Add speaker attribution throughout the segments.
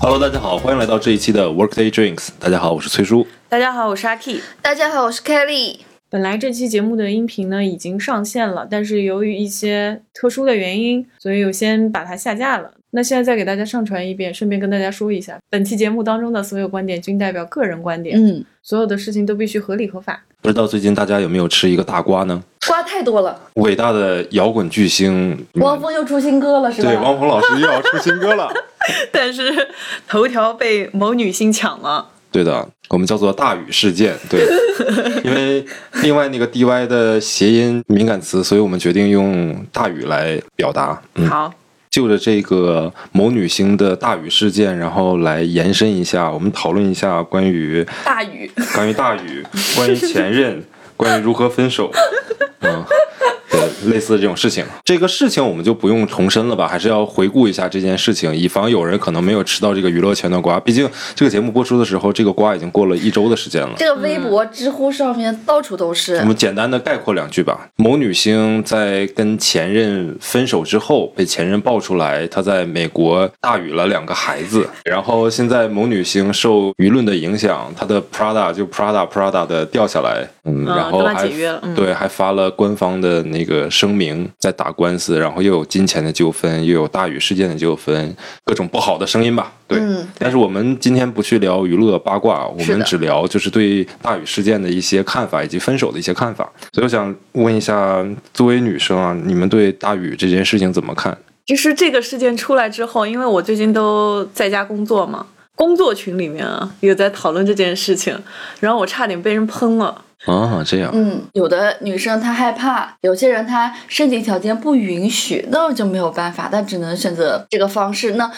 Speaker 1: Hello，大家好，欢迎来到这一期的 Workday Drinks。大家好，我是崔叔。
Speaker 2: 大家好，我是阿 K。
Speaker 3: 大家好，我是 Kelly。
Speaker 2: 本来这期节目的音频呢已经上线了，但是由于一些特殊的原因，所以我先把它下架了。那现在再给大家上传一遍，顺便跟大家说一下，本期节目当中的所有观点均代表个人观点，
Speaker 3: 嗯，
Speaker 2: 所有的事情都必须合理合法。
Speaker 1: 不知道最近大家有没有吃一个大瓜呢？
Speaker 3: 瓜太多了，
Speaker 1: 伟大的摇滚巨星，
Speaker 3: 汪峰又出新歌了，是
Speaker 1: 嗯
Speaker 3: 吧？
Speaker 1: 对汪峰老师又要出新歌 了。
Speaker 2: 但是头条被某女星抢了，
Speaker 1: 对的，我们叫做大雨事件。 对，因为另外那个 dy 的谐音敏感词，所以我们决定用大雨来表达。嗯，
Speaker 2: 好，
Speaker 1: 就着这个某女星的大雨事件，然后来延伸一下，我们讨论一下关于
Speaker 3: 大雨，
Speaker 1: 关于大雨，关于前任，关于如何分手，嗯，对，类似的这种事情。这个事情我们就不用重申了吧，还是要回顾一下这件事情，以防有人可能没有吃到这个娱乐圈的瓜。毕竟这个节目播出的时候，这个瓜已经过了一周的时间了。
Speaker 3: 这个微博、
Speaker 1: 嗯
Speaker 3: 知乎上面到处都是
Speaker 1: 我。们简单的概括两句吧。某女星在跟前任分手之后，被前任爆出来，她在美国大雨了两个孩子。然后现在某女星受舆论的影响，她的 Prada 就 Prada Prada 的掉下来，嗯，
Speaker 2: 嗯
Speaker 1: 然后
Speaker 2: 跟她
Speaker 1: 还
Speaker 2: 解约了嗯
Speaker 1: 对，还发了官方的那个声明，在打官司，然后又有金钱的纠纷，又有大雨事件的纠纷，各种不好的声音吧。对，
Speaker 3: 嗯
Speaker 1: 但是我们今天不去聊娱乐八卦，我
Speaker 3: 是
Speaker 1: 们
Speaker 3: 的
Speaker 1: 只聊就是对大宇事件的一些看法以及分手的一些看法。所以我想问一下，作为女生啊，你们对大宇这件事情怎么看？
Speaker 2: 其实这个事件出来之后，因为我最近都在家工作嘛，工作群里面啊有在讨论这件事情，然后我差点被人喷了。
Speaker 1: 啊，这样，
Speaker 3: 嗯，有的女生她害怕，有些人她身体条件不允许，那就没有办法，她只能选择这个方式。那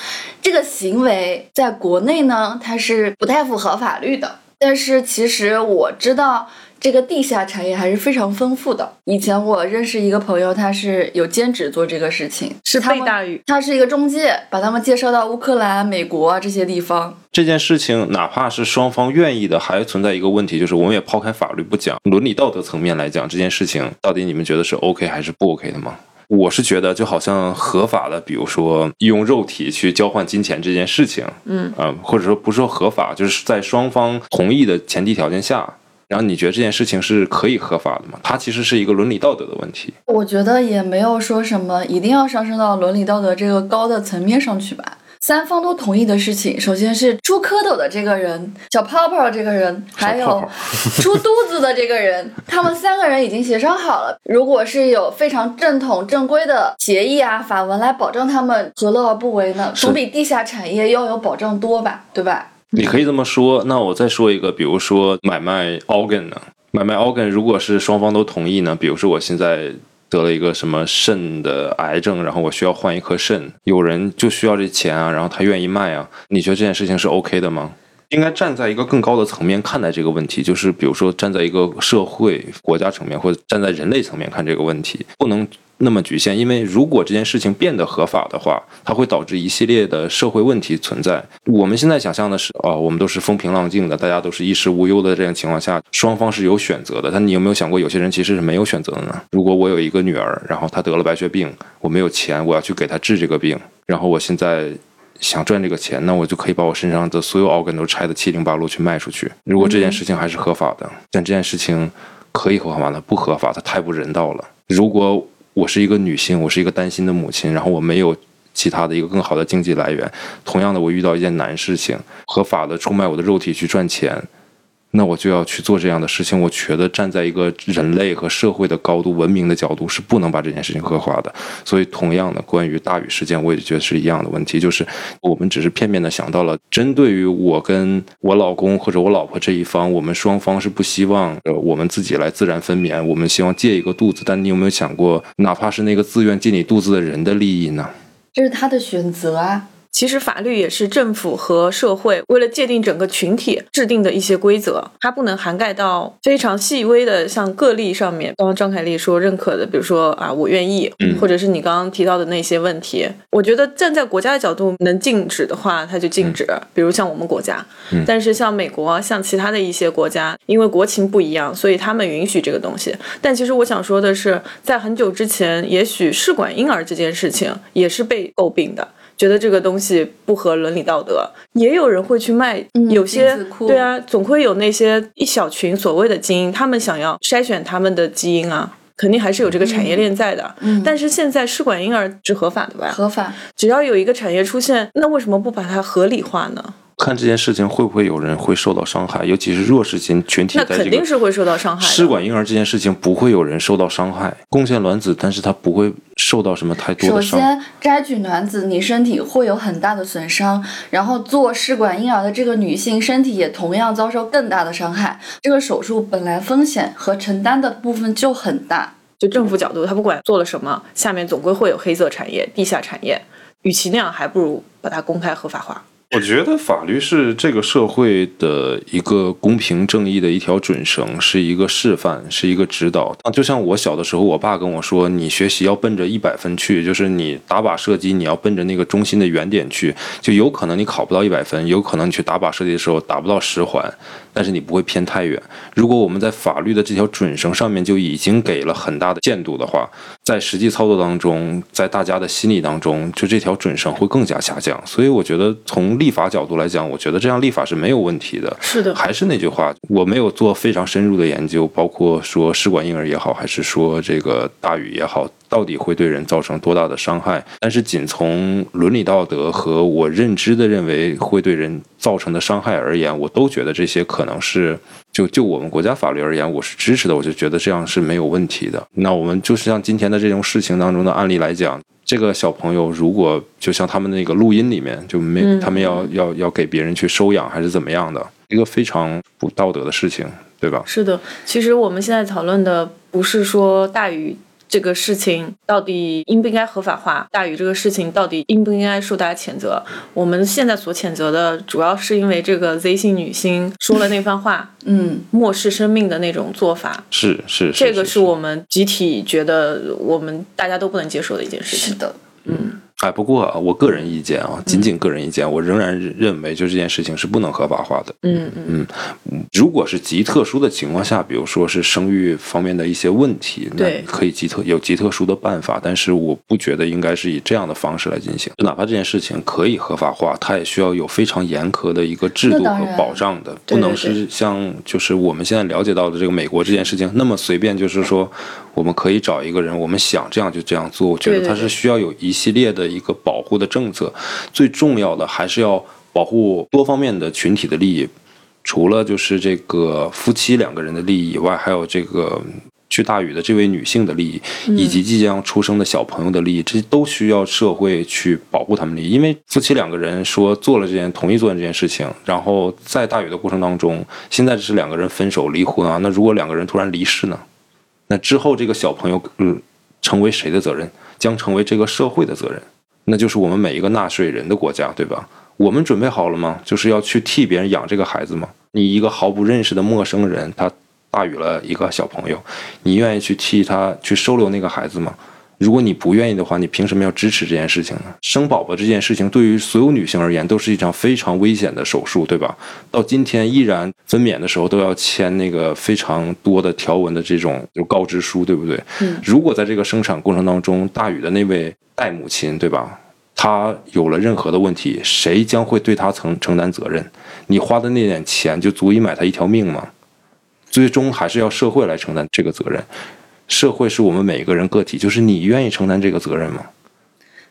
Speaker 3: 这个行为在国内呢，它是不太符合法律的。但是其实我知道。这个地下产业还是非常丰富的。以前我认识一个朋友，他是有兼职做这个事情，
Speaker 2: 是
Speaker 3: 他
Speaker 2: 被
Speaker 3: 们
Speaker 2: 大雨，
Speaker 3: 他是一个中介，把他们介绍到乌克兰、美国啊这些地方。
Speaker 1: 这件事情哪怕是双方愿意的，还存在一个问题，就是我们也抛开法律不讲，伦理道德层面来讲，这件事情到底你们觉得是 OK 还是不 OK 的吗？我是觉得，就好像合法的，比如说用肉体去交换金钱这件事情，
Speaker 2: 嗯，
Speaker 1: 啊、或者说不是说合法，就是在双方同意的前提条件下，然后你觉得这件事情是可以合法的吗？它其实是一个伦理道德的问题。
Speaker 3: 我觉得也没有说什么一定要上升到伦理道德这个高的层面上去吧。三方都同意的事情，首先是出蝌蚪的这个人，小泡泡这个人，还
Speaker 1: 泡
Speaker 3: 有
Speaker 1: 泡
Speaker 3: 出肚子的这个人，他们三个人已经协商好了。如果是有非常正统正规的协议啊、法文来保障他们，何乐而不为呢？
Speaker 1: 是
Speaker 3: 总比地下产业要有保障多吧，对吧？
Speaker 1: 你可以这么说。那我再说一个，比如说买卖 organ 呢？买卖 organ 如果是双方都同意呢？比如说我现在得了一个什么肾的癌症，然后我需要换一颗肾，有人就需要这钱啊，然后他愿意卖啊，你觉得这件事情是 OK 的吗？应该站在一个更高的层面看待这个问题，就是比如说站在一个社会、国家层面，或者站在人类层面看这个问题，不能那么局限。因为如果这件事情变得合法的话，它会导致一系列的社会问题存在。我们现在想象的是，哦，我们都是风平浪静的，大家都是衣食无忧的这样情况下，双方是有选择的。但你有没有想过，有些人其实是没有选择的呢？如果我有一个女儿，然后她得了白血病，我没有钱，我要去给她治这个病，然后我现在想赚这个钱，那我就可以把我身上的所有 organ 都拆得七零八落去卖出去。如果这件事情还是合法的，但这件事情可以合法吗？它不合法，它太不人道了。如果我是一个女性，我是一个单亲的母亲，然后我没有其他的一个更好的经济来源，同样的，我遇到一件难事情，合法的出卖我的肉体去赚钱。那我就要去做这样的事情，我觉得站在一个人类和社会的高度、文明的角度是不能把这件事情合法的。所以，同样的，关于大宇事件，我也觉得是一样的问题，就是我们只是片面的想到了，针对于我跟我老公或者我老婆这一方，我们双方是不希望呃我们自己来自然分娩，我们希望借一个肚子。但你有没有想过，哪怕是那个自愿借你肚子的人的利益呢？
Speaker 3: 这是他的选择啊。
Speaker 2: 其实法律也是政府和社会为了界定整个群体制定的一些规则，它不能涵盖到非常细微的，像个例上面。刚刚张凯丽说认可的，比如说啊，我愿意，
Speaker 1: 嗯
Speaker 2: 或者是你刚刚提到的那些问题，我觉得站在国家的角度，能禁止的话，它就禁止。比如像我们国家，
Speaker 1: 嗯
Speaker 2: 但是像美国啊、像其他的一些国家，因为国情不一样，所以他们允许这个东西。但其实我想说的是，在很久之前，也许试管婴儿这件事情也是被诟病的。觉得这个东西不合伦理道德。也有人会去卖，
Speaker 3: 嗯
Speaker 2: 有些
Speaker 3: 钉子裤
Speaker 2: 对啊，总会有那些一小群所谓的精英，他们想要筛选他们的基因啊，肯定还是有这个产业链在的。
Speaker 3: 嗯
Speaker 2: 但是现在试管婴儿是合法的吧？
Speaker 3: 合法，
Speaker 2: 只要有一个产业出现，那为什么不把它合理化呢？
Speaker 1: 看这件事情会不会有人会受到伤害，尤其是弱势群群体
Speaker 2: 那
Speaker 1: 在
Speaker 2: 肯
Speaker 1: 这个
Speaker 2: 定是会受到伤害的。
Speaker 1: 试管婴儿这件事情不会有人受到伤害，贡献卵子，但是他不会受到什么太多
Speaker 3: 首
Speaker 1: 的伤害。
Speaker 3: 先，摘取卵子，你身体会有很大的损伤，然后做试管婴儿的这个女性身体也同样遭受更大的伤害。这个手术本来风险和承担的部分就很大。
Speaker 2: 就政府角度，他不管做了什么，下面总归会有黑色产业、地下产业。与其那样，还不如把它公开合法化。
Speaker 1: 我觉得法律是这个社会的一个公平正义的一条准绳，是一个示范，是一个指导。啊，就像我小的时候，我爸跟我说，你学习要奔着一百分去，就是你打靶射击，你要奔着那个中心的原点去，就有可能你考不到一百分，有可能你去打靶射击的时候打不到十环，但是你不会偏太远。如果我们在法律的这条准绳上面就已经给了很大的限度的话，在实际操作当中，在大家的心理当中，就这条准绳会更加下降。所以我觉得从立法角度来讲，我觉得这样立法是没有问题的。
Speaker 2: 是的
Speaker 1: 还是那句话，我没有做非常深入的研究，包括说试管婴儿也好，还是说这个大雨也好，到底会对人造成多大的伤害？但是仅从伦理道德和我认知的认为会对人造成的伤害而言，我都觉得这些可能是就就我们国家法律而言，我是支持的，我就觉得这样是没有问题的。那我们就是像今天的这种事情当中的案例来讲，这个小朋友如果就像他们那个录音里面，就没、
Speaker 2: 嗯
Speaker 1: 他们要要要给别人去收养还是怎么样的，一个非常不道德的事情，对吧？
Speaker 2: 是的，其实我们现在讨论的不是说大禹这个事情到底应不应该合法化，大禹这个事情到底应不应该受大家谴责。我们现在所谴责的，主要是因为这个 Z 姓女星说了那番话，
Speaker 3: 嗯，
Speaker 2: 漠视生命的那种做法。
Speaker 1: 是是，
Speaker 2: 这个
Speaker 1: 是
Speaker 2: 是我们集体觉得我们大家都不能接受的一件事
Speaker 3: 是
Speaker 2: 情。嗯
Speaker 3: 的，
Speaker 1: 哎，不过啊我个人意见啊，仅仅个人意见，我仍然认为就这件事情是不能合法化的。
Speaker 2: 嗯嗯，
Speaker 1: 如果是极特殊的情况下，比如说是生育方面的一些问题，那
Speaker 2: 对
Speaker 1: 可以极特有极特殊的办法，但是我不觉得应该是以这样的方式来进行。就哪怕这件事情可以合法化，它也需要有非常严苛的一个制度
Speaker 3: 那当
Speaker 1: 和
Speaker 3: 然
Speaker 1: 保障的，
Speaker 2: 对
Speaker 1: 不能
Speaker 2: 对对
Speaker 1: 是像就是我们现在了解到的这个美国这件事情那么随便，就是说我们可以找一个人，我们想这样就这样做。我觉
Speaker 2: 对
Speaker 1: 得
Speaker 2: 对
Speaker 1: 它
Speaker 2: 对
Speaker 1: 是需要有一系列的一个保护的政策，最重要的还是要保护多方面的群体的利益，除了就是这个夫妻两个人的利益以外，还有这个去大宇的这位女性的利益，
Speaker 2: 嗯
Speaker 1: 以及即将出生的小朋友的利益，这都需要社会去保护他们利益。因为夫妻两个人说做了这件同意做这件事情，然后在大宇的过程当中，现在这是两个人分手离婚啊，那如果两个人突然离世呢？那之后这个小朋友嗯成为谁的责任，将成为这个社会的责任，那就是我们每一个纳税人的国家，对吧？我们准备好了吗？就是要去替别人养这个孩子吗？你一个毫不认识的陌生人，他大于了一个小朋友，你愿意去替他去收留那个孩子吗？如果你不愿意的话，你凭什么要支持这件事情呢？生宝宝这件事情对于所有女性而言都是一场非常危险的手术，对吧？到今天依然分娩的时候都要签那个非常多的条文的这种就告知书，对不对？嗯、如果在这个生产过程当中，大禹的那位代母亲，对吧？她有了任何的问题，谁将会对她承承担责任？你花的那点钱就足以买她一条命吗？最终还是要社会来承担这个责任。社会是我们每一个人个体，就是你愿意承担这个责任吗？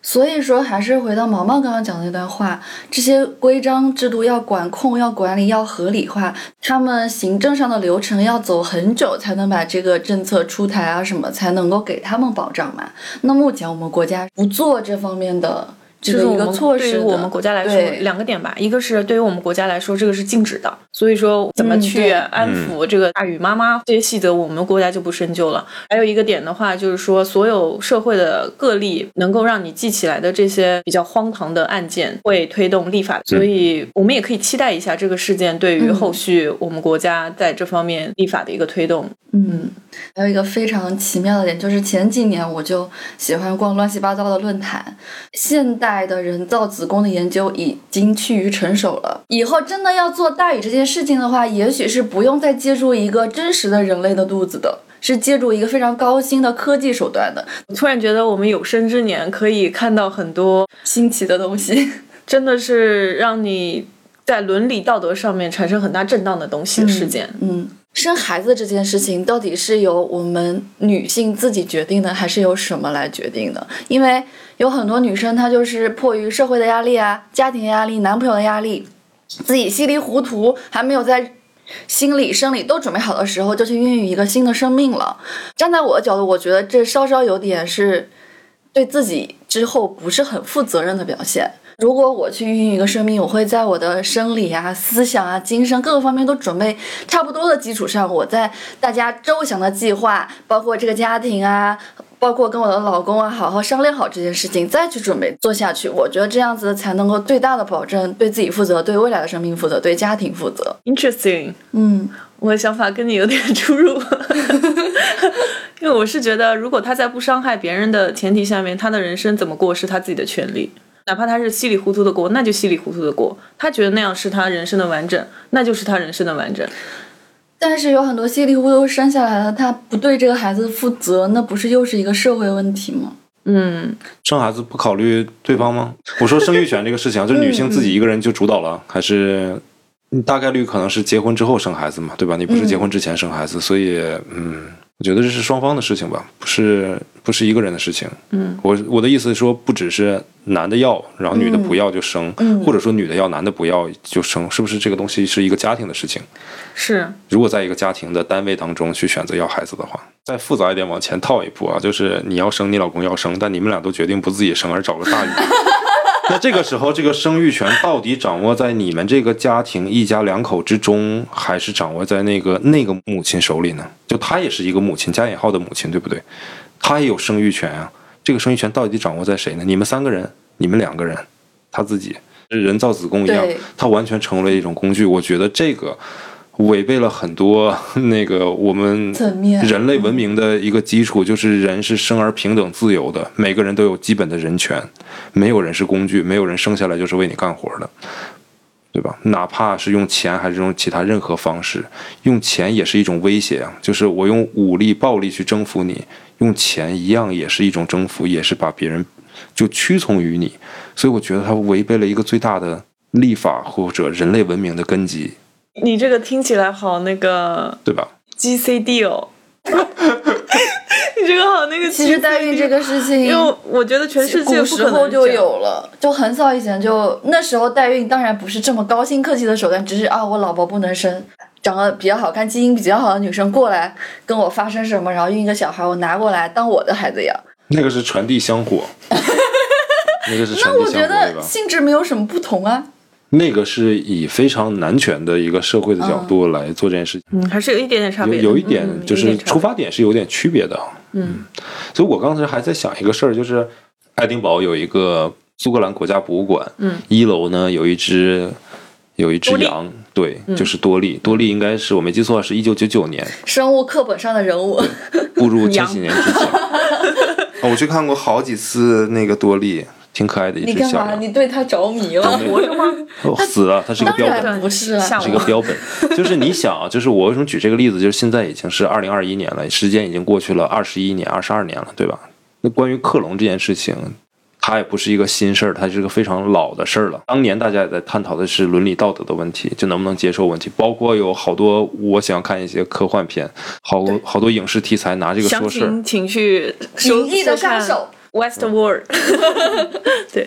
Speaker 3: 所以说还是回到毛毛刚刚讲的那段话，这些规章制度要管控、要管理、要合理化，他们行政上的流程要走很久才能把这个政策出台啊，什么才能够给他们保障嘛。那目前我们国家不做这方面的这
Speaker 2: 就是
Speaker 3: 个
Speaker 2: 我
Speaker 3: 一个
Speaker 2: 们
Speaker 3: 措
Speaker 2: 对于
Speaker 3: 施的，
Speaker 2: 我们国家来
Speaker 3: 对
Speaker 2: 说，两个点吧，一个是对于我们国家来说，这个是禁止的，所以说怎么去
Speaker 3: 嗯对
Speaker 2: 安抚这个大禹妈妈这些细则，我们国家就不深究了。还有一个点的话，就是说所有社会的个例能够让你记起来的这些比较荒唐的案件，会推动立法，所以我们也可以期待一下这个事件对于
Speaker 3: 嗯
Speaker 2: 后续我们国家在这方面立法的一个推动。
Speaker 3: 嗯，还有一个非常奇妙的点，就是前几年我就喜欢逛乱七八糟的论坛。现代的人造子宫的研究已经趋于成熟了，以后真的要做大禹这件事情的话，也许是不用再借助一个真实的人类的肚子的。是借助一个非常高新的科技手段的
Speaker 2: 突然觉得我们有生之年可以看到很多
Speaker 3: 新奇的东西。
Speaker 2: 真的是让你在伦理道德上面产生很大震荡的东西事件。
Speaker 3: 嗯，生孩子这件事情到底是由我们女性自己决定的，还是由什么来决定的？因为有很多女生她就是迫于社会的压力啊、家庭压力、男朋友的压力，自己稀里糊涂还没有在。心理、生理都准备好的时候，就去孕育一个新的生命了。站在我的角度，我觉得这稍稍有点是对自己之后不是很负责任的表现。如果我去孕育一个生命，我会在我的生理啊、思想啊、精神各个方面都准备差不多的基础上，我在大家周详的计划，包括这个家庭啊，包括跟我的老公啊，好好商量好这件事情，再去准备做下去。我觉得这样子才能够最大的保证对自己负责，对未来的生命负责，对家庭负责。
Speaker 2: Interesting，
Speaker 3: 嗯，
Speaker 2: 我的想法跟你有点 出入，因为我是觉得，如果他在不伤害别人的前提下面，他的人生怎么过是他自己的权利。哪怕他是稀里糊涂的过，那就稀里糊涂的过。他觉得那样是他人生的完整，那就是他人生的完整。
Speaker 3: 但是有很多稀里糊涂生下来的，哎他不对这个孩子负责，那不是又是一个社会问题吗？
Speaker 2: 嗯，
Speaker 1: 生孩子不考虑对方吗？我说生育权这个事情啊，就是女性自己一个人就主导了，还是嗯大概率可能是结婚之后生孩子嘛，对吧？你不是结婚之前生孩子，所以嗯，我觉得这是双方的事情吧，不是不是一个人的事情。嗯，我我的意思是说，不只是男的要，然后女的不要就生，或者说女的要，男的不要就生，是不是这个东西是一个家庭的事情？
Speaker 2: 是
Speaker 1: 如果在一个家庭的单位当中去选择要孩子的话，再复杂一点往前套一步啊，就是你要生，你老公要生，但你们俩都决定不自己生而找个大于。那这个时候，这个生育权到底掌握在你们这个家庭一家两口之中，还是掌握在那个那个母亲手里呢？就她也是一个母亲，加引号的母亲，对不对？她也有生育权啊。这个生育权到底掌握在谁呢？你们三个人，你们两个人，她自己，人造子宫一样
Speaker 3: 对，
Speaker 1: 她完全成为了一种工具。我觉得这个违背了很多 那个我们
Speaker 3: 层面
Speaker 1: 人类文明的一个基础，就是人是生而平等自由的，每个人都有基本的人权，没有人是工具，没有人生下来就是为你干活的。对吧？哪怕是用钱，还是用其他任何方式，用钱也是一种威胁啊！就是我用武力、暴力去征服你，用钱一样也是一种征服，也是把别人就屈从于你。所以我觉得它违背了一个最大的立法或者人类文明的根基，
Speaker 2: 你这个听起来好那个
Speaker 1: 对吧？
Speaker 2: GCD 哦， 你这个好那个 GCD。
Speaker 3: 其实代孕这个事情，
Speaker 2: 因为我觉得全世界
Speaker 3: 古
Speaker 2: 不
Speaker 3: 时
Speaker 2: 可
Speaker 3: 候
Speaker 2: 能
Speaker 3: 就
Speaker 2: 这样
Speaker 3: 有了，就很早以前就那时候代孕，当然不是这么高新科技的手段，只是啊，我老婆不能生，长得比较好看、基因比较好的女生过来跟我发生什么，然后孕一个小孩，我拿过来当我的孩子养。
Speaker 1: 那个是传递香 火，那个是传递
Speaker 3: 那我
Speaker 1: 香火，
Speaker 3: 觉
Speaker 1: 对
Speaker 3: 得
Speaker 1: 吧？
Speaker 3: 性质没有什么不同啊。
Speaker 1: 那个是以非常男权的一个社会的角度来做这件事情。
Speaker 2: 嗯，还是有一点点差
Speaker 1: 有
Speaker 2: 嗯别的。
Speaker 1: 有一
Speaker 2: 嗯
Speaker 1: 点
Speaker 2: 嗯
Speaker 1: 就
Speaker 2: 有一
Speaker 1: 是
Speaker 2: 点差别
Speaker 1: 出发点是有点区别的。嗯，所以我刚才还在想一个事儿，就是爱丁堡有一个苏格兰国家博物馆，
Speaker 2: 嗯，
Speaker 1: 一楼呢有一只有一只
Speaker 2: 多利嗯
Speaker 1: 羊，对，就是多利，多利应该是我没记错是一九九九 年
Speaker 3: 生物课本上的人物，
Speaker 1: 步入千禧年之前。 哦我去看过好几次那个多利，挺可爱的一
Speaker 3: 你
Speaker 1: 只
Speaker 3: 干
Speaker 1: 小
Speaker 3: 嘛？
Speaker 1: 羊。
Speaker 3: 你对他着迷了？
Speaker 1: 活着吗？ 哦，死了，它是一个
Speaker 3: 当
Speaker 1: 标本。
Speaker 3: 然不是啊
Speaker 2: 吓。
Speaker 1: 是一个
Speaker 2: 我
Speaker 1: 标本。就是你想啊，就是我为什么举这个例子，就是现在已经是二零二一年了，时间已经过去了二十一年、二十二年了，对吧？那关于克隆这件事情，它也不是一个新事儿，它是一个非常老的事儿了。当年大家也在探讨的是伦理道德的问题，就能不能接受问题，包括有好多我想看一些科幻片，好好多影视题材拿这个
Speaker 2: 详
Speaker 1: 说事儿。
Speaker 2: 情请去收
Speaker 3: 灵异的杀手，
Speaker 2: West World。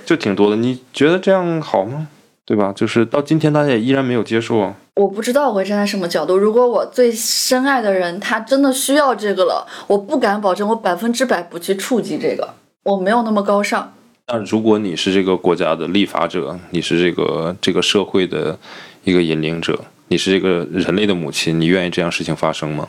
Speaker 1: 就挺多的，你觉得这样好吗？对吧？就是到今天，大家也依然没有接受啊。
Speaker 3: 我不知道我会站在什么角度。如果我最深爱的人他真的需要这个了，我不敢保证我百分之百不去触及这个，我没有那么高尚。
Speaker 1: 那如果你是这个国家的立法者，你是这个这个社会的一个引领者，你是这个人类的母亲，你愿意这样事情发生吗？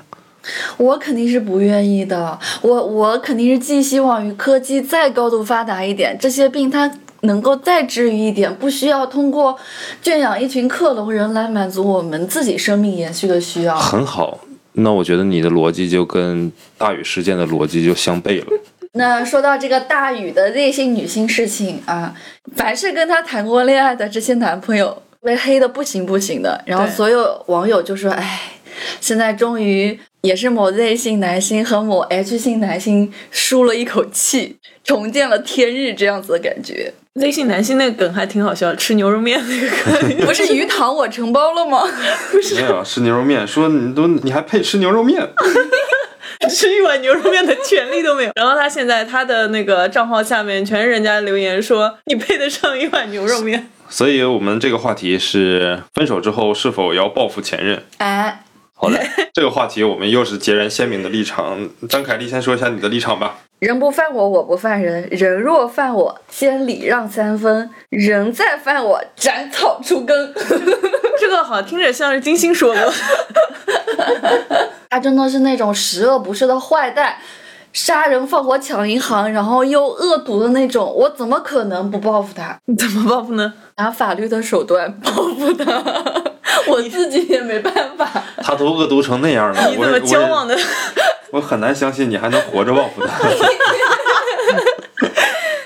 Speaker 3: 我肯定是不愿意的，我我肯定是寄希望于科技再高度发达一点，这些病它能够再治愈一点，不需要通过圈养一群克隆人来满足我们自己生命延续的需
Speaker 2: 啊
Speaker 3: 要。
Speaker 1: 很好，那我觉得你的逻辑就跟大禹事件的逻辑就相悖了。
Speaker 3: 那说到这个大宇的那些女性事情啊，凡是跟他谈过恋爱的这些男朋友被黑的不行不行的，然后
Speaker 2: 对
Speaker 3: 所有网友就说：“哎，现在终于也是某 Z 姓男星和某 H 姓男星舒了一口气，重见了天日这样子的感觉。
Speaker 2: Z 姓男性那个梗还挺好笑，吃牛肉面那个梗，
Speaker 3: 不是鱼塘我承包了吗？
Speaker 1: 没有吃牛肉面，说你都你还配吃牛肉面？
Speaker 2: 吃一碗牛肉面的权利都没有。然后他现在他的那个账号下面全是人家留言说你配得上一碗牛肉面。
Speaker 1: 所以我们这个话题是分手之后是否要报复前任？
Speaker 3: 哎，
Speaker 1: 好的，这个话题我们又是截然鲜明的立场。张凯丽先说一下你的立场吧。
Speaker 3: 人不犯我，我不犯人；人若犯我，先礼让三分；人再犯我，斩草除根。
Speaker 2: 这个好听着像是金星说 过，
Speaker 3: 他真的是那种十恶不赦的坏蛋，杀人放火抢银行，然后又恶毒的那种。我怎么可能不报复他？
Speaker 2: 你怎么报复呢？
Speaker 3: 拿法律的手段报复他，我自己也没办法。
Speaker 1: 他都恶毒成那样了，
Speaker 2: 你
Speaker 1: 我
Speaker 2: 怎
Speaker 1: 也
Speaker 2: 么交往的？
Speaker 1: 我也我很难相信你还能活着报复他。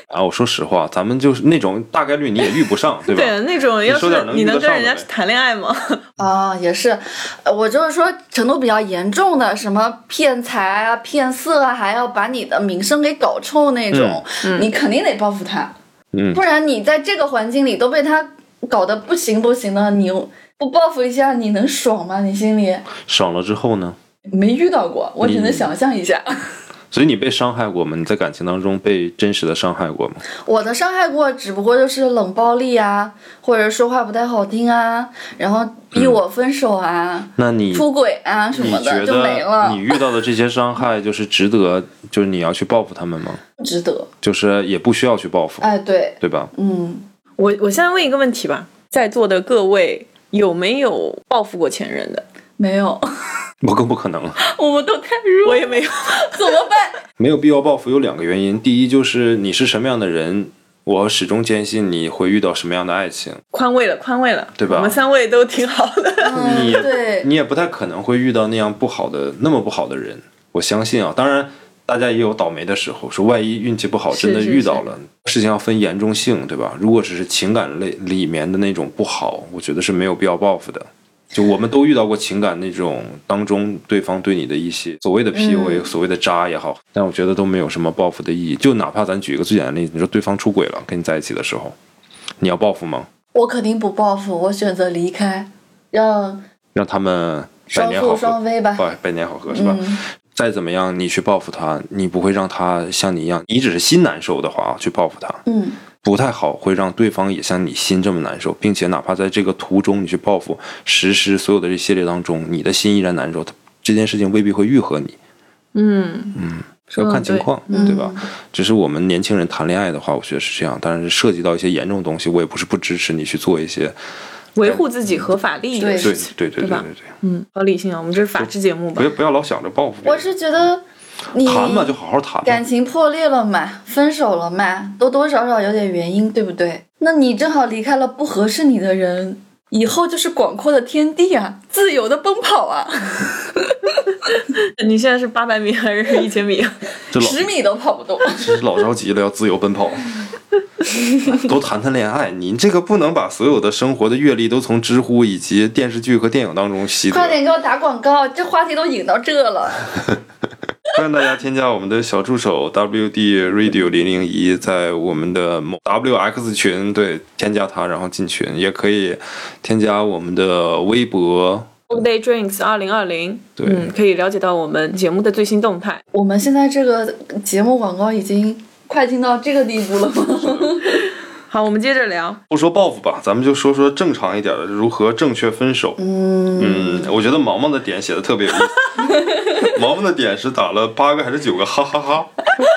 Speaker 1: 啊，我说实话，咱们就是那种大概率你也遇不上，对吧？
Speaker 2: 对，那种要
Speaker 1: 说点
Speaker 2: 是
Speaker 1: 能
Speaker 2: 你
Speaker 1: 遇得
Speaker 2: 能跟
Speaker 1: 上
Speaker 2: 人
Speaker 1: 的
Speaker 2: 家
Speaker 1: 呗
Speaker 2: 谈恋爱吗？
Speaker 3: 啊、也是，呃我就是说程度比较严重的，什么骗财啊、骗色啊，还要把你的名声给搞臭那种，你肯定得报复他，
Speaker 1: 嗯
Speaker 3: 不然你在这个环境里都被他搞得不行不行的，你不报复一下，你能爽吗？你心里
Speaker 1: 爽了之后呢？
Speaker 3: 没遇到过，我只能
Speaker 1: 嗯
Speaker 3: 想象一下。
Speaker 1: 所以你被伤害过吗？你在感情当中被真实的伤害过吗？
Speaker 3: 我的伤害过，只不过就是冷暴力啊，或者说话不太好听啊，然后逼我分手啊、
Speaker 1: 那你
Speaker 3: 出轨啊什
Speaker 1: 嗯你
Speaker 3: 么
Speaker 1: 觉
Speaker 3: 的就没
Speaker 1: 得
Speaker 3: 了
Speaker 1: 你，遇到的这些伤害就是值得，就是你要去报复他们吗？
Speaker 3: 不值得。
Speaker 1: 就是也不需要去报复，
Speaker 3: 哎，对，
Speaker 1: 对吧？
Speaker 3: 嗯。
Speaker 2: 我我现在问一个问题吧，在座的各位有没有报复过前任的？
Speaker 3: 没有，
Speaker 1: 我更不可能了。
Speaker 3: 我们都太弱，
Speaker 2: 我也没有。
Speaker 3: 怎么办？
Speaker 1: 没有必要报复有两个原因，第一就是你是什么样的人，我始终坚信你会遇到什么样的爱情，
Speaker 2: 宽慰了，宽慰了，
Speaker 1: 对吧
Speaker 2: 我们三位都挺好的。
Speaker 1: 你也
Speaker 3: 嗯对，
Speaker 1: 你也不太可能会遇到那样不好的那么不好的人，我相信啊。当然，大家也有倒霉的时候，说万一运气不好，
Speaker 2: 是
Speaker 1: 真的
Speaker 2: 是
Speaker 1: 遇到了，事情要分严重性，对吧？如果只是情感类里面的那种不好，我觉得是没有必要报复的。就我们都遇到过情感那种当中对方对你的一些所谓
Speaker 2: 嗯
Speaker 1: 的 PUA、所谓的渣也好，但我觉得都没有什么报复的意义。就哪怕咱举一个最简单的例子，你说对方出轨了，跟你在一起的时候，你要报复吗？
Speaker 3: 我肯定不报复，我选择离开，让
Speaker 1: 让他们百
Speaker 3: 双
Speaker 1: 年好
Speaker 3: 宿
Speaker 1: 合。
Speaker 3: 双飞吧。
Speaker 1: 百百年好合是吧？再怎么样，你去报复他，你不会让他像你一样，你只是心难受的话去报复他，
Speaker 3: 嗯，
Speaker 1: 不太好，会让对方也像你心这么难受，并且哪怕在这个途中你去报复实施所有的这系列当中，你的心依然难受，这件事情未必会愈合你。
Speaker 2: 嗯，
Speaker 1: 要看
Speaker 2: 嗯
Speaker 1: 情
Speaker 2: 对
Speaker 1: 况，对吧？
Speaker 3: 嗯
Speaker 1: 只是我们年轻人谈恋爱的话，我觉得是这样。当然是涉及到一些严重东西，我也不是不支持你去做一些，
Speaker 2: 维护自己合法利益的
Speaker 3: 对
Speaker 1: 对
Speaker 2: 事情，
Speaker 1: 对对对对
Speaker 2: 吧？
Speaker 1: 对，
Speaker 2: 嗯，好理性啊，我们这是法制节目吧
Speaker 1: 不要？不要老想着报复别
Speaker 3: 我
Speaker 1: 人，
Speaker 3: 是觉得你
Speaker 1: 谈嘛就好好谈嘛，
Speaker 3: 感情破裂了嘛，分手了嘛，多多少少有点原因，对不对？那你正好离开了不合适你的人，以后就是广阔的天地啊，自由的奔跑啊，
Speaker 2: 你现在是八百米还是一千米？啊
Speaker 1: 这老
Speaker 3: 十米都跑不动。
Speaker 1: 真是老着急了，要自由奔跑。 多谈谈恋爱，你这个不能把所有的生活的阅历都从知乎以及电视剧和电影当中吸得
Speaker 3: 快。点给我打广告，这话题都引到这了。
Speaker 1: 欢迎大家添加我们的小助手 WD Radio 零零一，在我们的某 WX 群对添加他，然后进群，也可以添加我们的微博。
Speaker 2: Old Day Drinks 二零二零，
Speaker 1: 对
Speaker 2: 嗯，可以了解到我们节目的最新动态。
Speaker 3: 我们现在这个节目广告已经快进到这个地步了吗？
Speaker 2: 好，我们接着聊。
Speaker 1: 不说报复吧，咱们就说说正常一点的，如何正确分手。
Speaker 3: 嗯，
Speaker 1: 嗯，我觉得毛毛的点写的特别有意思。毛毛的点是打了八个还是九个，哈哈哈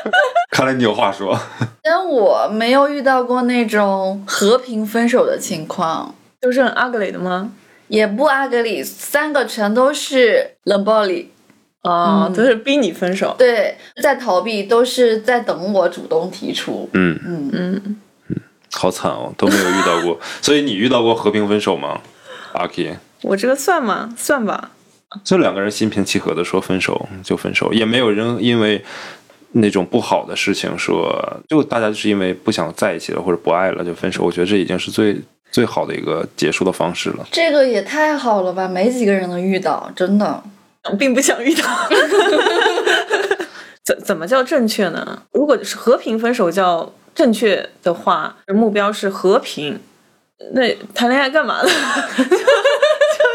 Speaker 1: 看来你有话说。
Speaker 3: 但我没有遇到过那种和平分手的情况，
Speaker 2: 都是很 ugly 的吗？
Speaker 3: 也不阿格里，三个全都是冷暴力。
Speaker 2: 啊、都是逼你分手。
Speaker 3: 对，在逃避，都是在等我主动提出。
Speaker 1: 嗯
Speaker 3: 嗯
Speaker 1: 好惨哦，都没有遇到过。所以你遇到过和平分手吗？阿 K，
Speaker 2: 我这个算吗？算吧。
Speaker 1: 就两个人心平气和的说分手就分手，也没有人因为那种不好的事情说，就大家就是因为不想在一起了或者不爱了就分手。我觉得这已经是最最好的一个结束的方式了。
Speaker 3: 这个也太好了吧，没几个人能遇到，真的。
Speaker 2: 并不想遇到。 怎怎么叫正确呢？如果是和平分手叫正确的话，目标是和平，那谈恋爱干嘛呢？ 就就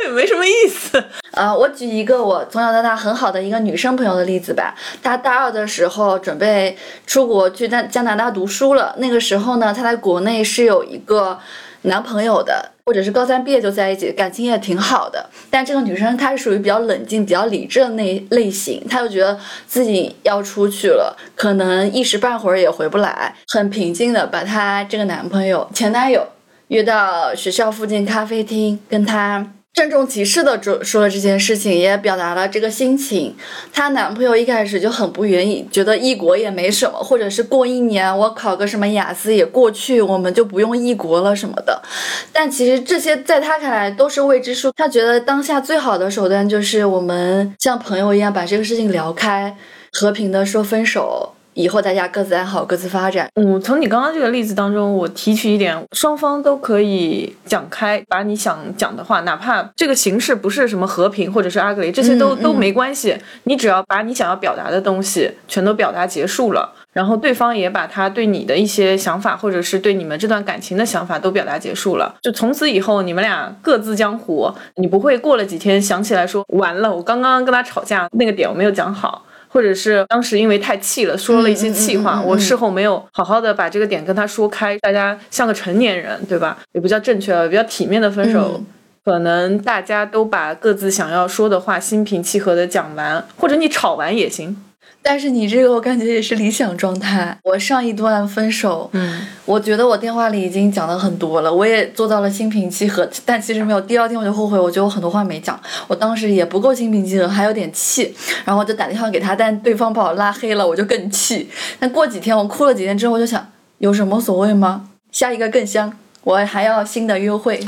Speaker 2: 也没什么意思。
Speaker 3: 呃，我举一个我从小到大很好的一个女生朋友的例子吧。她大二的时候准备出国去加加拿大读书了，那个时候呢，她在国内是有一个男朋友的，或者是高三毕业就在一起，感情也挺好的。但这个女生她是属于比较冷静、比较理智的那类型，她就觉得自己要出去了，可能一时半会儿也回不来，很平静的把她这个男朋友、前男友约到学校附近咖啡厅，跟他郑重其事的说说了这件事情，也表达了这个心情。她男朋友一开始就很不愿意，觉得异国也没什么，或者是过一年我考个什么雅思也过去，我们就不用异国了什么的。但其实这些在她看来都是未知数。她觉得当下最好的手段就是我们像朋友一样把这个事情聊开，和平的说分手，以后大家各自安好，各自发展。
Speaker 2: 嗯，从你刚刚这个例子当中，我提取一点，双方都可以讲开，把你想讲的话，哪怕这个形式不是什么和平或者是阿格雷，这些都、
Speaker 3: 嗯嗯
Speaker 2: 都没关系，你只要把你想要表达的东西全都表达结束了，然后对方也把他对你的一些想法，或者是对你们这段感情的想法都表达结束了，就从此以后你们俩各自江湖，你不会过了几天想起来说，完了，我刚刚跟他吵架那个点我没有讲好。或者是当时因为太气了，说了一些气话，
Speaker 3: 嗯嗯嗯嗯嗯
Speaker 2: 我事后没有好好的把这个点跟他说开，大家像个成年人，对吧？也不叫正确了，比较体面的分手。
Speaker 3: 嗯
Speaker 2: 可能大家都把各自想要说的话心平气和的讲完，或者你吵完也行。
Speaker 3: 但是你这个我感觉也是理想状态。我上一段分手，
Speaker 2: 嗯，
Speaker 3: 我觉得我电话里已经讲了很多了，我也做到了心平气和，但其实没有。第二天我就后悔，我觉得我很多话没讲，我当时也不够心平气和，还有点气，然后我就打电话给他，但对方把我拉黑了，我就更气。但过几天我哭了几天之后，我就想，有什么所谓吗？下一个更香，我还要新的约会。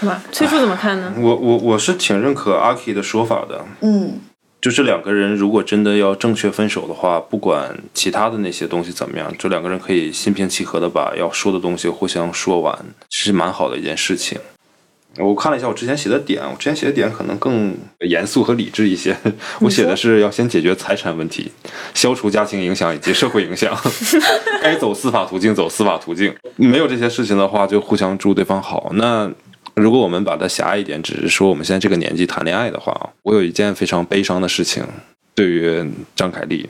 Speaker 2: 是吧？崔叔怎么看呢？
Speaker 1: 我我我是挺认可阿 K 的说法的，
Speaker 3: 嗯
Speaker 1: 就这两个人如果真的要正确分手的话，不管其他的那些东西怎么样，这两个人可以心平气和的把要说的东西互相说完，是蛮好的一件事情。我看了一下我之前写的点，我之前写的点可能更严肃和理智一些。我写的是要先解决财产问题，消除家庭影响以及社会影响，该走司法途径走司法途径。没有这些事情的话，就互相祝对方好。那如果我们把它狭隘一点，只是说我们现在这个年纪谈恋爱的话，我有一件非常悲伤的事情，对于张凯丽，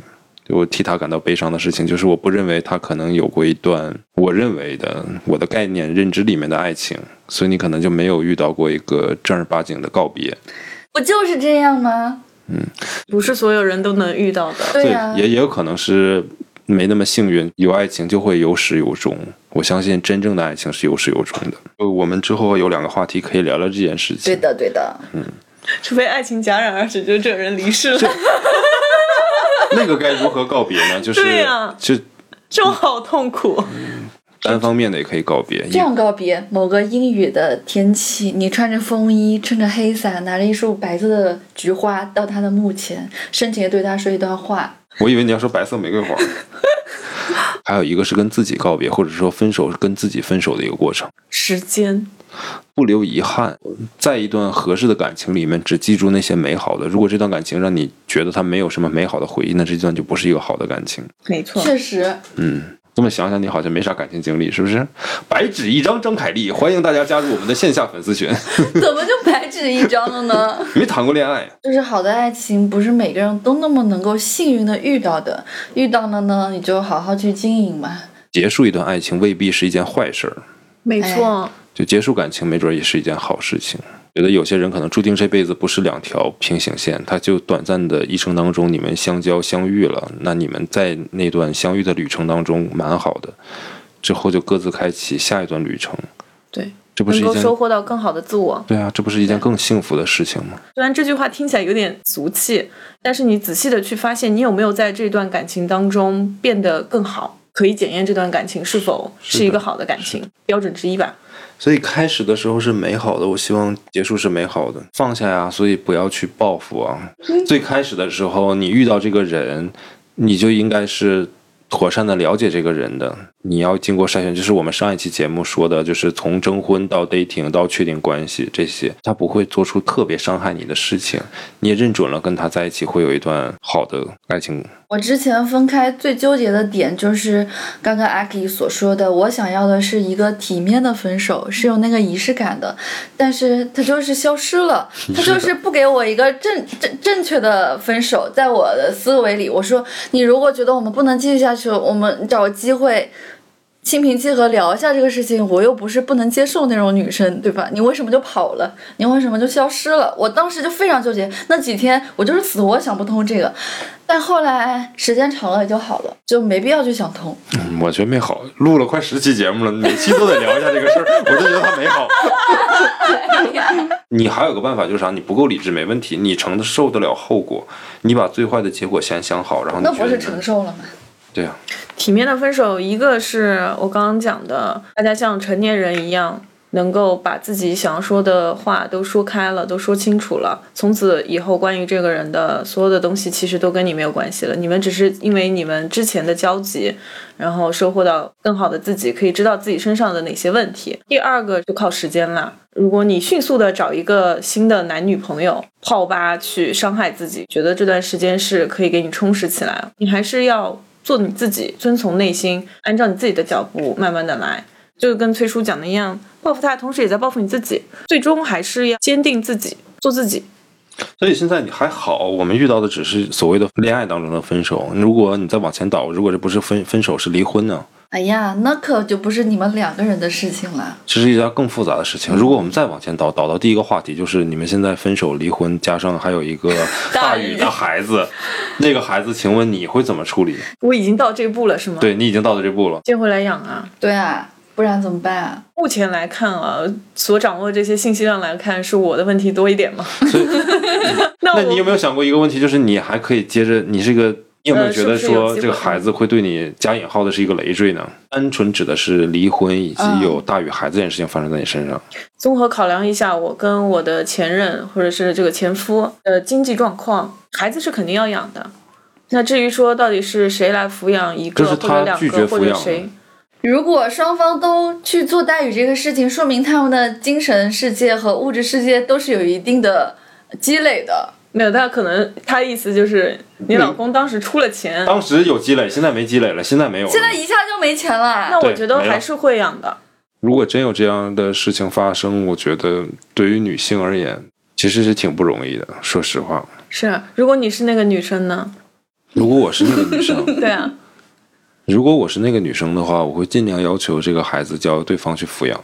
Speaker 1: 就我替她感到悲伤的事情，就是我不认为她可能有过一段我认为的我的概念认知里面的爱情，所以你可能就没有遇到过一个正儿八经的告别。
Speaker 3: 不就是这样吗？
Speaker 2: 不是所有人都能遇到的。
Speaker 3: 对啊呀、
Speaker 1: 也也有可能是没那么幸运，有爱情就会有始有终。我相信真正的爱情是有始有终的。呃，我们之后有两个话题可以聊聊这件事情。
Speaker 3: 对的，对的。
Speaker 2: 除非爱情戛然而止，就是这个人离世了，
Speaker 1: 那个该如何告别呢？就是
Speaker 2: 对
Speaker 3: 啊
Speaker 2: 呀
Speaker 1: 就
Speaker 2: 这种好痛苦。
Speaker 1: 单方面的也可以告别。
Speaker 3: 这样告别某个阴雨的天气，你穿着风衣，撑着黑伞，拿着一束白色的菊花到他的墓前，深情地对他说一段话。
Speaker 1: 我以为你要说白色玫瑰 花。还有一个是跟自己告别，或者说分手是跟自己分手的一个过程，
Speaker 2: 时间，
Speaker 1: 不留遗憾，在一段合适的感情里面，只记住那些美好的。如果这段感情让你觉得它没有什么美好的回忆，那这段就不是一个好的感情。
Speaker 2: 没错
Speaker 3: 确实，
Speaker 1: 嗯，这么想想，你好像没啥感情经历，是不是？白纸一张，张凯丽，欢迎大家加入我们的线下粉丝群。
Speaker 3: 怎么就白纸一张了呢？
Speaker 1: 没谈过恋爱，
Speaker 3: 就是好的爱情，不是每个人都那么能够幸运的遇到的。遇到了呢，你就好好去经营嘛。
Speaker 1: 结束一段爱情未必是一件坏事儿，
Speaker 2: 没错，
Speaker 1: 就结束感情，没准儿也是一件好事情。觉得有些人可能注定这辈子不是两条平行线，他就短暂的一生当中，你们相交相遇了，那你们在那段相遇的旅程当中蛮好的，之后就各自开启下一段旅程，
Speaker 2: 对，
Speaker 1: 这不是
Speaker 2: 能
Speaker 1: 一
Speaker 2: 够
Speaker 1: 件
Speaker 2: 收获到更好的自我。
Speaker 1: 对啊，这不是一件更幸福的事情吗？
Speaker 2: 虽然这句话听起来有点俗气，但是你仔细的去发现，你有没有在这段感情当中变得更好，可以检验这段感情是否
Speaker 1: 的
Speaker 2: 是一个好的感情，标准之一吧。
Speaker 1: 所以开始的时候是美好的，我希望结束是美好的，放下呀、所以不要去报复啊。最开始的时候，你遇到这个人，你就应该是妥善的了解这个人的，你要经过筛选。就是我们上一期节目说的，就是从征婚到 dating 到确定关系这些，他不会做出特别伤害你的事情，你也认准了跟他在一起会有一段好的爱情。
Speaker 3: 我之前分开最纠结的点就是刚刚阿 K 所说的，我想要的是一个体面的分手，是有那个仪式感的，但是它就是消失了，它就是不给我一个正正正确的分手。在我的思维里，我说你如果觉得我们不能继续下去，我们找机会。心平气和聊一下这个事情，我又不是不能接受那种女生，对吧？你为什么就跑了？你为什么就消失了？我当时就非常纠结，那几天我就是死活想不通这个。但后来时间长了也就好了，就没必要去想通。
Speaker 1: 嗯我觉得没好，录了快十期节目了，每期都得聊一下这个事儿，我就觉得它没好。 你还有个办法就是啥？你不够理智没问题，你承受得了后果，你把最坏的结果先想好，哦然后你
Speaker 3: 那
Speaker 1: 觉
Speaker 3: 不
Speaker 1: 得
Speaker 3: 是
Speaker 1: 你
Speaker 3: 承受了吗？
Speaker 1: 对啊，
Speaker 2: 体面的分手，一个是我刚刚讲的，大家像成年人一样，能够把自己想说的话都说开了，都说清楚了。从此以后，关于这个人的所有的东西，其实都跟你没有关系了。你们只是因为你们之前的交集，然后收获到更好的自己，可以知道自己身上的哪些问题。第二个就靠时间啦。如果你迅速的找一个新的男女朋友泡吧去伤害自己，觉得这段时间是可以给你充实起来，你还是要做你自己，遵从内心，按照你自己的脚步慢慢的来。就跟崔叔讲的一样，报复他，同时也在报复你自己，最终还是要坚定自己，做自己。
Speaker 1: 所以现在你还好，我们遇到的只是所谓的恋爱当中的分手。如果你再往前倒，如果这不是分分手是离婚呢？
Speaker 3: 哎呀，那可就不是你们两个人的事情了。
Speaker 1: 这是一件更复杂的事情。如果我们再往前倒，倒到第一个话题，就是你们现在分手、离婚，加上还有一个大宇的孩子，那个孩子，请问你会怎么处理？
Speaker 2: 我已经到这步了，是吗？，
Speaker 1: 对你已经到了这步了。
Speaker 2: 接回来养啊。
Speaker 3: 对啊，不然怎么办啊？
Speaker 2: 目前来看啊，所掌握这些信息量来看，是我的问题多一点嘛？那
Speaker 1: 那
Speaker 2: 我
Speaker 1: 你有没有想过一个问题，就是你还可以接着，你是一个，你有没有觉得
Speaker 2: 呃是不是有
Speaker 1: 说
Speaker 2: 机会
Speaker 1: 这个孩子会对你加引号的是一个累赘呢？单纯指的是离婚以及
Speaker 3: 嗯
Speaker 1: 有大宇孩子这件事情发生在你身上。
Speaker 2: 综合考量一下我跟我的前任或者是这个前夫的经济状况，孩子是肯定要养的。那至于说到底是谁来抚养一个
Speaker 1: 这是
Speaker 2: 或
Speaker 1: 他
Speaker 2: 者两
Speaker 1: 拒绝
Speaker 2: 个
Speaker 1: 抚
Speaker 2: 或
Speaker 1: 养
Speaker 2: 者谁，
Speaker 3: 如果双方都去做代语这个事情，说明他们的精神世界和物质世界都是有一定的积累的。
Speaker 2: 没有，他可能他意思就是你老公当时出了钱，
Speaker 1: 当时有积累，现在没积累了，现在没有了。
Speaker 3: 现在一下就没钱了。
Speaker 2: 那我
Speaker 1: 对
Speaker 2: 觉得
Speaker 1: 没了
Speaker 2: 还是会养的。
Speaker 1: 如果真有这样的事情发生，我觉得对于女性而言，其实是挺不容易的。说实话，
Speaker 2: 是，啊如果你是那个女生呢？
Speaker 1: 如果我是那个女 生，
Speaker 2: 对啊，
Speaker 1: 如果我是那个女生的话，我会尽量要求这个孩子交对方去抚养。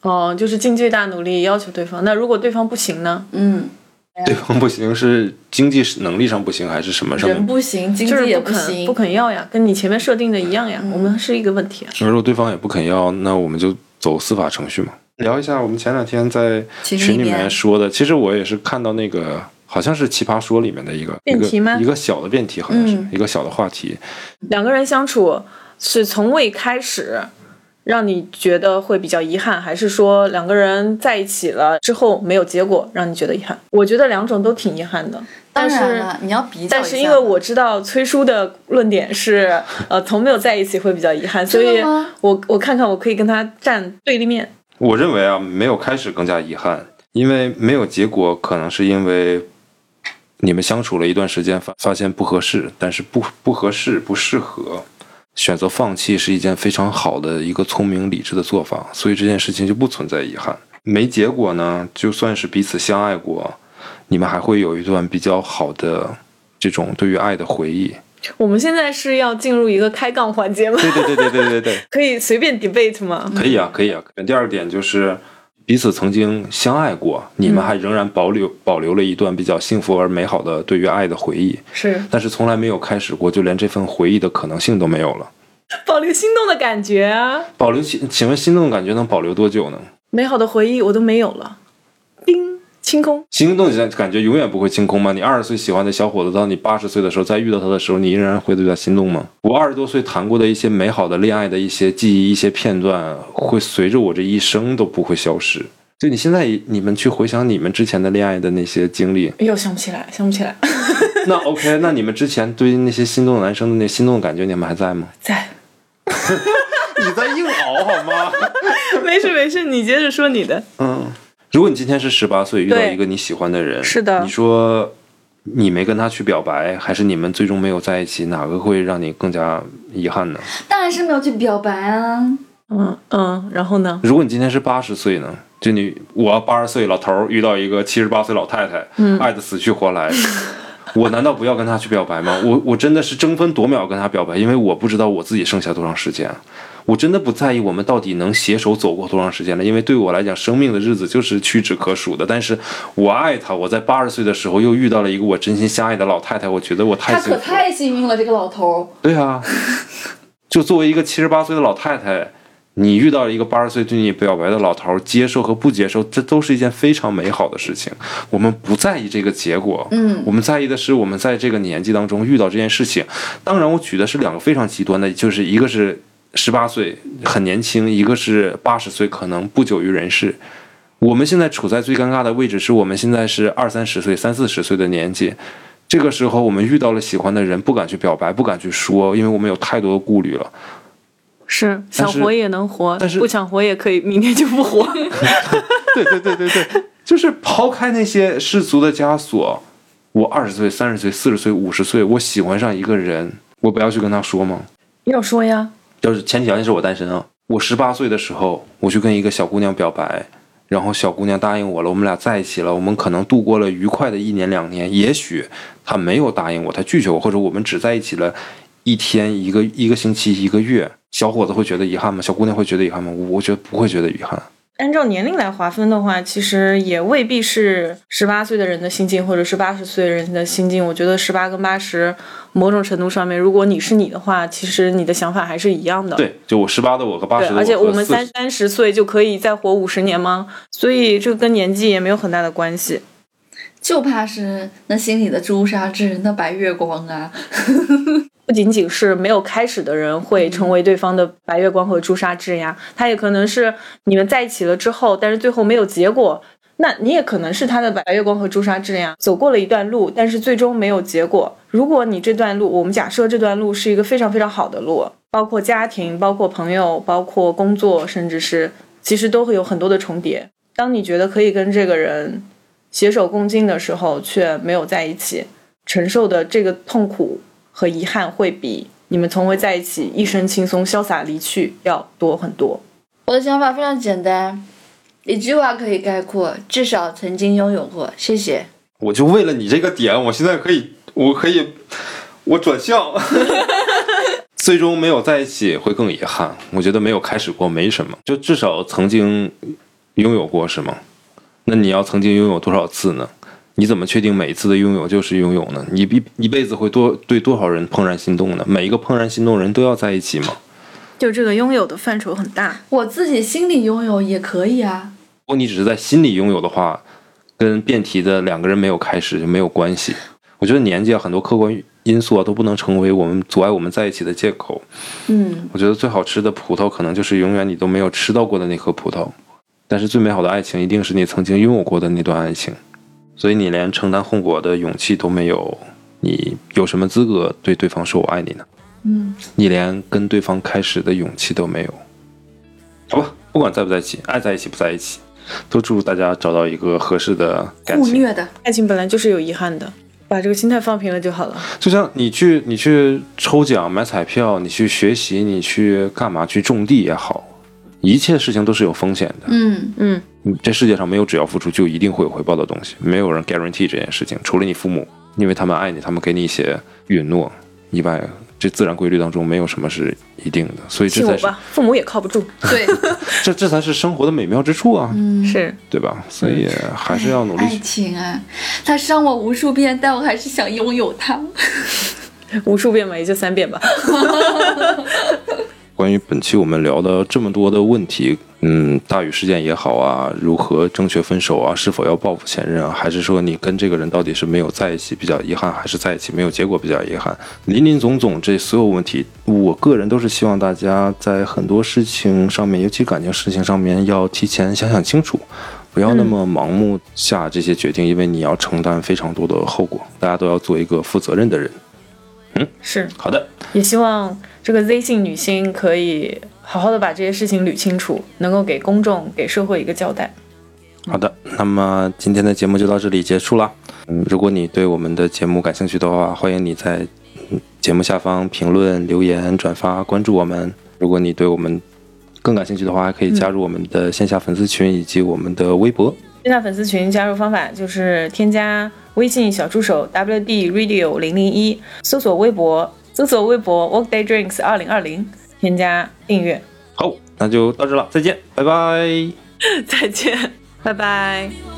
Speaker 2: 哦，就是尽最大努力要求对方。那如果对方不行呢？
Speaker 3: 嗯，
Speaker 2: 哎
Speaker 1: 对方不行是经济能力上不行，还是什么啊上
Speaker 3: 人
Speaker 1: 面？
Speaker 3: 不行，经
Speaker 2: 就是
Speaker 3: 济也
Speaker 2: 不肯
Speaker 3: 行，嗯
Speaker 2: 不肯要呀，跟你前面设定的一样呀。我们是一个问题啊。
Speaker 1: 如果对方也不肯要，那我们就走司法程序嘛。聊一下我们前两天在
Speaker 3: 群
Speaker 1: 群里
Speaker 3: 里面
Speaker 1: 面说的，其实我也是看到那个好像是《奇葩说》里面的一个
Speaker 2: 辩题
Speaker 1: 一
Speaker 2: 吗
Speaker 1: 个一个小的辩题，好像是、
Speaker 3: 嗯
Speaker 1: 一个小的话题。
Speaker 2: 两个人相处是从未开始让你觉得会比较遗憾，还是说两个人在一起了之后没有结果让你觉得遗憾？我觉得两种都挺遗憾的。
Speaker 3: 当
Speaker 2: 但是
Speaker 3: 然了，你要比较一下
Speaker 2: 但是因为我知道崔叔的论点是，呃，从没有在一起会比较遗憾，所
Speaker 3: 真
Speaker 2: 以
Speaker 3: 的吗
Speaker 2: 我我看看我可以跟他站对立面。
Speaker 1: 我认为啊，没有开始更加遗憾，因为没有结果，可能是因为你们相处了一段时间，发发现不合适，但是不不合适、不适合，选择放弃是一件非常好的一个聪明理智的做法，所以这件事情就不存在遗憾。没结果呢，就算是彼此相爱过，你们还会有一段比较好的这种对于爱的回忆。
Speaker 2: 我们现在是要进入一个开杠环节吗？
Speaker 1: 对对对对对对对。
Speaker 2: 可以随便 debate 吗？
Speaker 1: 可以啊，可以啊。第二点就是彼此曾经相爱过，你们还仍然保留保留了一段比较幸福而美好的对于爱的回忆，
Speaker 2: 是
Speaker 1: 但是从来没有开始过，就连这份回忆的可能性都没有了。
Speaker 2: 保留心动的感觉啊，
Speaker 1: 保留请请问心动感觉能保留多久呢？
Speaker 2: 美好的回忆我都没有了，冰清空。
Speaker 1: 心动感觉永远不会清空吗？你二十岁喜欢的小伙子，当你八十岁的时候再遇到他的时候，你依然会对他心动吗？我二十多岁谈过的一些美好的恋爱的一些记忆、一些片段，会随着我这一生都不会消失。就
Speaker 2: 哎
Speaker 1: 你现在，你们去回想你们之前的恋爱的那些经历，
Speaker 2: 又想不起来，想不起来。
Speaker 1: 那 OK，那你们之前对那些心动的男生的那心动的感觉，你们还在吗？
Speaker 2: 在，
Speaker 1: 你在硬熬好吗？
Speaker 2: 没事没事，你接着说你的。
Speaker 1: 嗯，如果你今天是十八岁遇到
Speaker 2: 对
Speaker 1: 一个你喜欢的人，
Speaker 2: 是的
Speaker 1: 你说你没跟他去表白，还是你们最终没有在一起，哪个会让你更加遗憾呢？
Speaker 3: 当然是没有去表白啊。
Speaker 2: 嗯嗯，然后呢？
Speaker 1: 如果你今天是八十岁呢？就你我八十岁老头儿遇到一个七十八岁老太太，爱的死去活来，我难道不要跟他去表白吗？我我真的是争分夺秒跟他表白，因为我不知道我自己剩下多长时间。啊我真的不在意我们到底能携手走过多长时间了，因为对我来讲，生命的日子就是屈指可数的。但是我爱他，我在八十岁的时候又遇到了一个我真心相爱的老太太，我觉得我太
Speaker 3: 他
Speaker 1: 幸福
Speaker 3: 可
Speaker 1: 了。
Speaker 3: 太幸运了，这个老头儿。
Speaker 1: 对啊，就作为一个七十八岁的老太太，你遇到了一个八十岁对你表白的老头儿，接受和不接受，这都是一件非常美好的事情。我们不在意这个结果，
Speaker 3: 嗯
Speaker 1: 我们在意的是我们在这个年纪当中遇到这件事情。当然，我举的是两个非常极端的，就是一个是十八岁很年轻，一个是八十岁可能不久于人世。我们现在处在最尴尬的位置，是我们现在是二三十岁、三四十岁的年纪，这个时候我们遇到了喜欢的人，不敢去表白，不敢去说，因为我们有太多的顾虑了。
Speaker 2: 是
Speaker 1: 但
Speaker 2: 想
Speaker 1: 是
Speaker 2: 活也能活，
Speaker 1: 但是
Speaker 2: 不想活也可以，明天就不活。
Speaker 1: 对对对对对，就是抛开那些世俗的枷锁，我二十岁、三十岁、四十岁、五十岁，我喜欢上一个人，我不要去跟他说吗？
Speaker 2: 要说呀，
Speaker 1: 就是前提条件是我单身啊。我十八岁的时候，我去跟一个小姑娘表白，然后小姑娘答应我了，我们俩在一起了，我们可能度过了愉快的一年两年。也许她没有答应我，她拒绝我，或者我们只在一起了一天、一个一个星期、一个月。小伙子会觉得遗憾吗？小姑娘会觉得遗憾吗？我我觉得不会觉得遗憾。啊
Speaker 2: 按照年龄来划分的话，其实也未必是十八岁的人的心境，或者是八十岁的人的心境。我觉得十八跟八十，某种程度上面，如果你是你的话，其实你的想法还是一样的。
Speaker 1: 对，就我十八的我和八
Speaker 2: 对
Speaker 1: 十的
Speaker 2: 而且
Speaker 1: 我
Speaker 2: 我
Speaker 1: 和
Speaker 2: 们
Speaker 1: 40
Speaker 2: 三三十岁就可以再活五十年吗？所以这个跟年纪也没有很大的关系。
Speaker 3: 就怕是那心里的朱砂痣，那白月光啊！
Speaker 2: 不仅仅是没有开始的人会成为对方的白月光和朱砂痣呀，他也可能是你们在一起了之后，但是最后没有结果，那你也可能是他的白月光和朱砂痣呀。走过了一段路，但是最终没有结果。如果你这段路，我们假设这段路是一个非常非常好的路，包括家庭、包括朋友、包括工作，甚至是其实都会有很多的重叠。当你觉得可以跟这个人携手共进的时候，却没有在一起，承受的这个痛苦和遗憾会比你们从未在一起、一生轻松潇洒离去要多很多。
Speaker 3: 我的想法非常简单，一句话可以概括：至少曾经拥有过。谢谢。
Speaker 1: 我就为了你这个点，我现在可以，我可以，我转向。 最终没有在一起会更遗憾，我觉得没有开始过没什么，就至少曾经拥有过是吗？那你要曾经拥有多少次呢？你怎么确定每一次的拥有就是拥有呢？你一一辈子会多对多少人怦然心动呢？每一个怦然心动人都要在一起吗？
Speaker 2: 就这个拥有的范畴很大，
Speaker 3: 我自己心里拥有也可以啊。
Speaker 1: 如果你只是在心里拥有的话，跟辩题的两个人没有开始就没有关系。我觉得年纪啊，很多客观因素啊，都不能成为我们阻碍我们在一起的借口。
Speaker 3: 嗯，
Speaker 1: 我觉得最好吃的葡萄，可能就是永远你都没有吃到过的那颗葡萄。但是最美好的爱情，一定是你曾经拥有过的那段爱情。所以你连承担后果的勇气都没有，你有什么资格对对方说我爱你呢？
Speaker 3: 嗯，
Speaker 1: 你连跟对方开始的勇气都没有。好吧，不管在不在一起，爱在一起不在一起，都祝大家找到一个合适的感
Speaker 3: 互
Speaker 1: 情。
Speaker 3: 虐的。
Speaker 2: 爱情本来就是有遗憾的，把这个心态放平了就好了。
Speaker 1: 就像你去你去抽奖、买彩票，你去学习，你去干嘛？去种地也好，一切事情都是有风险的。
Speaker 3: 嗯，
Speaker 2: 嗯，
Speaker 1: 这世界上没有只要付出就一定会有回报的东西，没有人 guarantee 这件事情，除了你父母，因为他们爱你，他们给你一些允诺以外，这自然规律当中没有什么是一定的，所以这
Speaker 2: 信我
Speaker 1: 才是
Speaker 2: 吧，父母也靠不住。
Speaker 3: 对，
Speaker 1: 这这才是生活的美妙之处啊，
Speaker 2: 是，
Speaker 1: 对吧？所以还是要努力
Speaker 2: 哎
Speaker 3: 爱情啊，它伤我无数遍，但我还是想拥有它。
Speaker 2: 无数遍吧，也就三遍吧。
Speaker 1: 关于本期我们聊的这么多的问题，嗯，大雨事件也好啊，如何正确分手啊，是否要报复前任啊，还是说你跟这个人到底是没有在一起比较遗憾，还是在一起没有结果比较遗憾？林林总总这所有问题，我个人都是希望大家在很多事情上面，尤其感情事情上面，要提前想想清楚。不要那么盲目下这些决定，因为你要承担非常多的后果。大家都要做一个负责任的人。
Speaker 2: 是，
Speaker 1: 好的，
Speaker 2: 也希望这个 Z 姓女星可以好好的把这些事情捋清楚，能够给公众、给社会一个交代。
Speaker 1: 嗯好的，那么今天的节目就到这里结束啦。嗯，如果你对我们的节目感兴趣的话，欢迎你在嗯节目下方评论、留言、转发、关注我们。如果你对我们更感兴趣的话，还可以加入我们的线下粉丝群以及我们的微博。
Speaker 2: 线下粉丝群加入方法就是添加微信小助手 WD Radio 零零一，搜索微博，搜索微博 Workday Drinks 二零二零，添加订阅。
Speaker 1: 好，那就到这了，再见，拜拜。
Speaker 2: 再见，拜拜。
Speaker 4: 「